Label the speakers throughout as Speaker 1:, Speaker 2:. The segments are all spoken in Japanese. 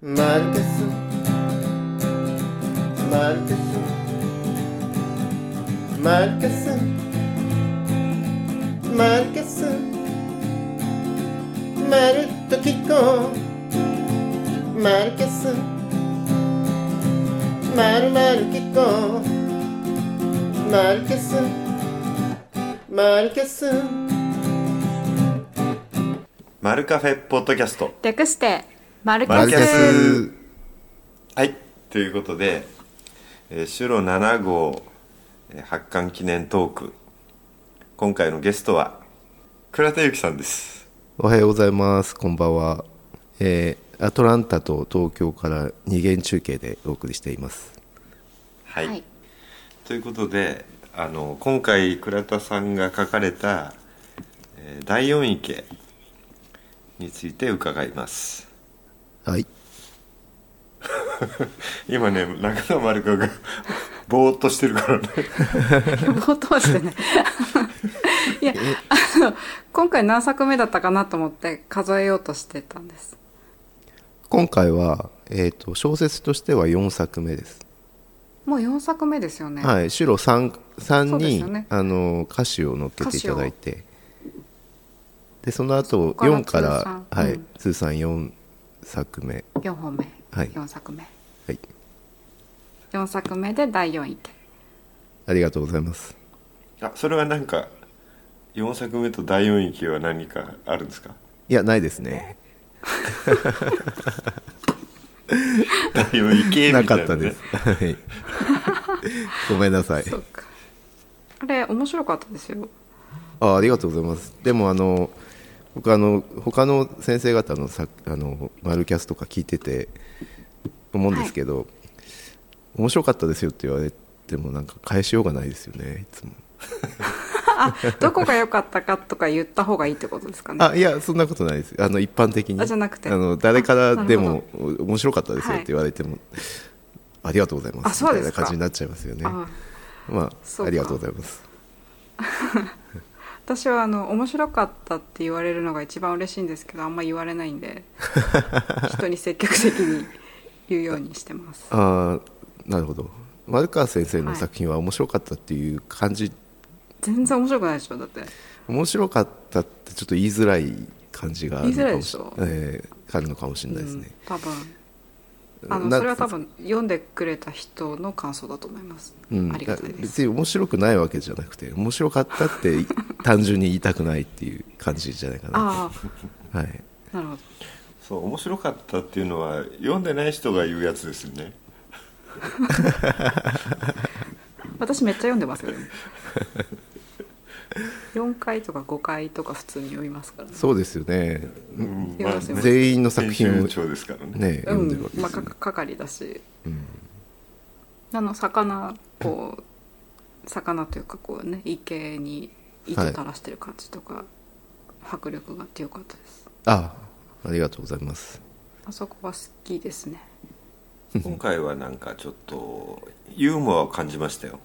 Speaker 1: マルケスマルケスマルケスマルケスまるっと聞こうマルケスまるまる聞こうマルケスマルケス
Speaker 2: マルカフェポッドキャスト
Speaker 3: 略してマルケ
Speaker 2: マル
Speaker 3: ス
Speaker 2: ケスはいということで、えー、シュロ7号、えー発刊記念トーク今回のゲストは倉田由紀さんです
Speaker 1: おはようございますこんばんは、えーアトランタと東京から二元中継でお送りしています
Speaker 2: はい、
Speaker 3: はい
Speaker 2: ということであの今回倉田さんが書かれた「えー第四池」について伺います
Speaker 1: はい
Speaker 2: 今ね中田丸君が ぼーっとしてるからね
Speaker 3: 冒頭してねいやあの今回何作目だったかなと思って数えようとしてたんです
Speaker 1: 今回は、えー、と小説としては4作目です、
Speaker 3: もう4作目ですよね、
Speaker 1: はい白 3,
Speaker 3: そ
Speaker 1: 3
Speaker 3: うです
Speaker 1: に、
Speaker 3: よね
Speaker 1: あの歌詞を乗っけていただいてでその後
Speaker 3: そこから
Speaker 1: 4から
Speaker 3: 通算
Speaker 1: はい
Speaker 3: うん
Speaker 1: 通算4作目
Speaker 3: 4本目、
Speaker 1: はい
Speaker 3: 4作目
Speaker 1: はい
Speaker 3: 4作目で第4位
Speaker 1: ありがとうございます
Speaker 2: あそれはなんか4作目と第4期は何かあるんですか
Speaker 1: いやないですね
Speaker 2: 第4期
Speaker 1: な
Speaker 2: みた
Speaker 1: か
Speaker 2: いな、ね、
Speaker 1: ったです、 はいごめんな さい
Speaker 3: そうかあれ面白かったですよ
Speaker 1: あありがとうございますでもあの僕あの他の先生方のさあのマルキャスとか聞いてて思うんですけど、面白かったですよって言われてもなんか返しようがないですよねいつも
Speaker 3: あどこが良かったかとか言った方がいいってことですかね
Speaker 1: あいやそんなことないですあの一般的に
Speaker 3: あじゃなくて
Speaker 1: あの誰からで
Speaker 3: あな
Speaker 1: もお面白かったですよって言われても、ありがとうございま
Speaker 3: あ
Speaker 1: す
Speaker 3: そ
Speaker 1: み
Speaker 3: うで
Speaker 1: たい
Speaker 3: す
Speaker 1: な
Speaker 3: か
Speaker 1: 感じになっちゃいますよね
Speaker 3: あ
Speaker 1: まあ
Speaker 3: そうか
Speaker 1: ありがとうございます
Speaker 3: 私はあの面白かったって言われるのが一番嬉しいんですけどあんま言われないん で人に積極的に言うようにしてます
Speaker 1: ああなるほど丸川先生の作品は面白かったっていう感じ、
Speaker 3: 全然面白くないでしょだって
Speaker 1: 面白かったってちょっと言いづらい感じがあるの
Speaker 3: 言いづらい
Speaker 1: かも
Speaker 3: で
Speaker 1: し
Speaker 3: し
Speaker 1: れない
Speaker 3: ょ、
Speaker 1: えーあるのかもしれないですね、
Speaker 3: うん多分あの
Speaker 1: な
Speaker 3: それは多分読んでくれた人の感想だと思います、
Speaker 1: うん
Speaker 3: ありがたい
Speaker 1: だ
Speaker 3: です
Speaker 1: 別に面白くないわけじゃなくて面白かったって単純に言いたくないっていう感じじゃないかな
Speaker 3: あ
Speaker 1: はい
Speaker 3: あなるほど
Speaker 2: そう面白かったっていうのは読んでない人が言うやつですよね
Speaker 3: 私めっちゃ読んでますけ どね4回とか5回とか普通に読みますからね
Speaker 1: そうですよね、
Speaker 2: うん
Speaker 3: 読ませます
Speaker 1: 全員の作品を
Speaker 2: 編集長ですからね
Speaker 1: ね読んでるわけ
Speaker 3: うん
Speaker 1: で
Speaker 3: ますあか
Speaker 1: よ
Speaker 3: 係
Speaker 1: ね、
Speaker 3: だし、あの魚こう魚というかこうね池に糸垂らしてる感じとか、迫力があってよかったです
Speaker 1: あありがとうございます
Speaker 3: あそこは好きですね
Speaker 2: 今回はなんかちょっとユーモアを感じましたよ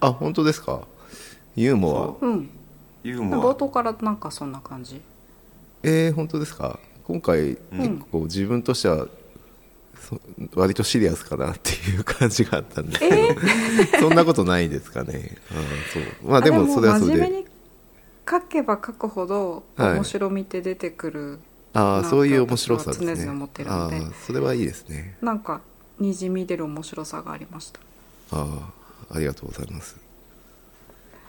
Speaker 1: あ本当ですかユーモア
Speaker 3: うん
Speaker 2: ユーモ
Speaker 3: 冒
Speaker 2: ア
Speaker 3: 頭からなんかそんな感じ
Speaker 1: えー、本当ですか今回、結構自分としてはそ割とシリアスかなっていう感じがあったんですけど、そんなことないですかね、うんそう まあでも それはそれ
Speaker 3: 真面
Speaker 1: で
Speaker 3: 目に書けば書くほど
Speaker 1: はい
Speaker 3: 面白みって出てくる、
Speaker 1: ああ
Speaker 3: なんか
Speaker 1: そういう面白さです
Speaker 3: 常
Speaker 1: ね
Speaker 3: 々思ってる
Speaker 1: あ
Speaker 3: ので
Speaker 1: あそれはいいですね
Speaker 3: なんかにじみ出る面白さがありました
Speaker 1: ああありがとうございます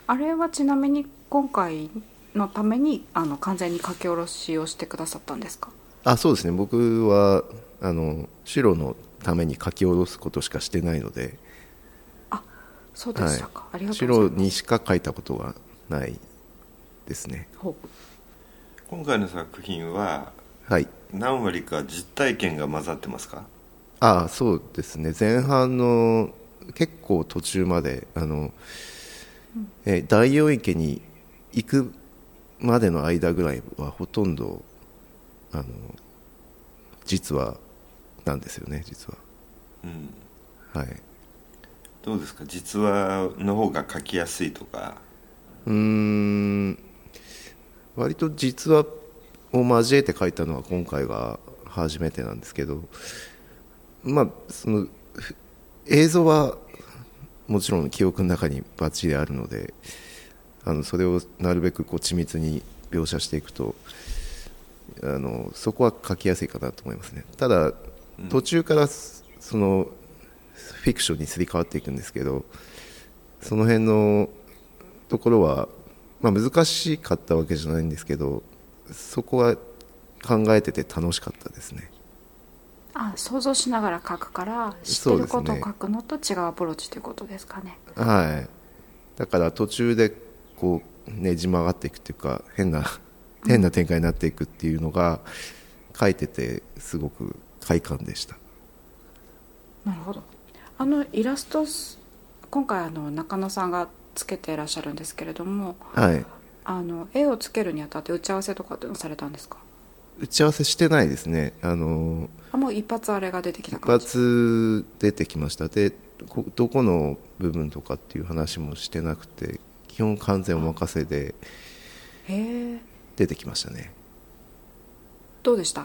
Speaker 3: あれはちなみに今回のためにあの完全に書き下ろしをしてくださったんですか
Speaker 1: あそうですね僕はあの白のために書き下ろすことしかしてないので
Speaker 3: そうでしたか、ありがとうござい
Speaker 1: 白
Speaker 3: ます
Speaker 1: にしか書いたことがないですね
Speaker 3: ほ
Speaker 2: 今回の作品は
Speaker 1: はい
Speaker 2: 何割か実体験が混ざってますか
Speaker 1: ああそうですね前半の結構途中まであの、えー大王池に行くまでの間ぐらいはほとんどあの実はなんですよね実
Speaker 2: うん
Speaker 1: ははい
Speaker 2: どうですか実話の方が書きやすいとか
Speaker 1: うーん割と実話を交えて書いたのは今回が初めてなんですけどまあそのふ映像はもちろん記憶の中にバッチリあるのであのそれをなるべくこう緻密に描写していくとあのそこは書きやすいかなと思いますねただ
Speaker 2: うん
Speaker 1: 途中からすそのフィクションにすり替わっていくんですけどその辺のところは、まあ、難しかったわけじゃないんですけどそこは考えてて楽しかったですね
Speaker 3: あ想像しながら書くから知っ
Speaker 1: そう
Speaker 3: て
Speaker 1: で
Speaker 3: る
Speaker 1: すね
Speaker 3: ことを書くのと違うアプローチということですかね
Speaker 1: はいだから途中でこうねじ曲がっていくっていうか変な変な展開になっていくっていうのが書いててすごく快感でした
Speaker 3: なるほどあのイラストす今回あの中野さんがつけていらっしゃるんですけれども
Speaker 1: はい
Speaker 3: あの絵をつけるにあたって打ち合わせとかっていうのされたんですか
Speaker 1: 打ち合わせしてないですねあの
Speaker 3: あもう一発あれが出てきた
Speaker 1: 一
Speaker 3: 感じ
Speaker 1: 発出てきましたでこどこの部分とかっていう話もしてなくて基本完全お任せで
Speaker 3: へえ
Speaker 1: 出てきましたね
Speaker 3: どうでした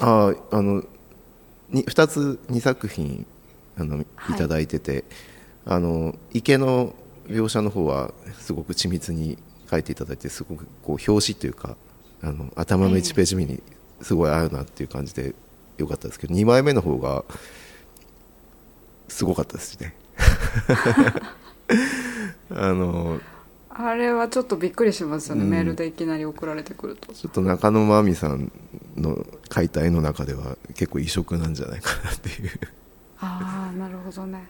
Speaker 1: あああのに2つ2作品あのい
Speaker 3: はい
Speaker 1: ただいてて、あの池の描写の方はすごく緻密に書いていただいてすごくこう表紙というかあの頭の1ページ目にすごい合うなっていう感じでよかったですけど2枚目の方がすごかったで すね。あの
Speaker 3: あれはちょっとびっくりしますよね、
Speaker 1: うん
Speaker 3: メールでいきなり送られてくると
Speaker 1: ちょっと中野真亜美さんの解体の中では結構異色なんじゃないかなっていう。
Speaker 3: ああなるほどね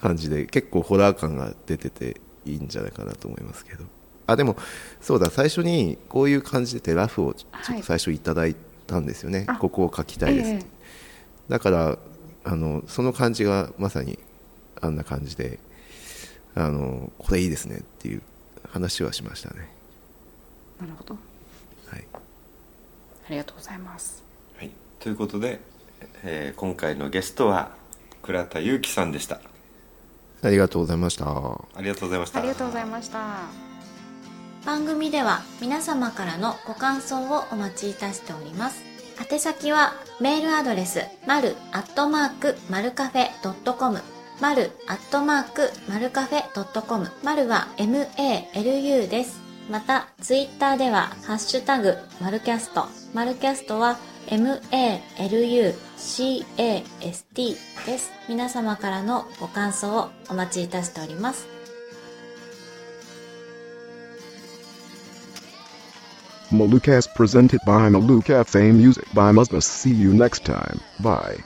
Speaker 1: 感じで結構ホラー感が出てていいんじゃないかなと思いますけどあでもそうだ最初にこういう感じでてラフをちょ
Speaker 3: はい
Speaker 1: ちょっと最初いただいたんですよね、
Speaker 3: あ
Speaker 1: ここを書きたいです、
Speaker 3: ええ
Speaker 1: だからあのその感じがまさにあんな感じであのこれいいですねっていう話はしましたね
Speaker 3: なるほど
Speaker 1: はい
Speaker 3: ありがとうございます
Speaker 2: はい、ということで、えー今回のゲストは倉田裕樹さんでした
Speaker 1: ありがとうございました
Speaker 2: ありがとうございました
Speaker 3: ありがとうございました
Speaker 4: 番組では皆様からのご感想をお待ちいたしております宛先はメールアドレスまるアットマークマルカフェドットコムまるアットマークマルカフェドットコムまるは MALU ですまたツイッターではハッシュタグマルキャストマルキャストは MALUCAST です皆様からのご感想をお待ちいたしております
Speaker 5: Malukas presented by Malukas A music by Musmus. See you next time. Bye.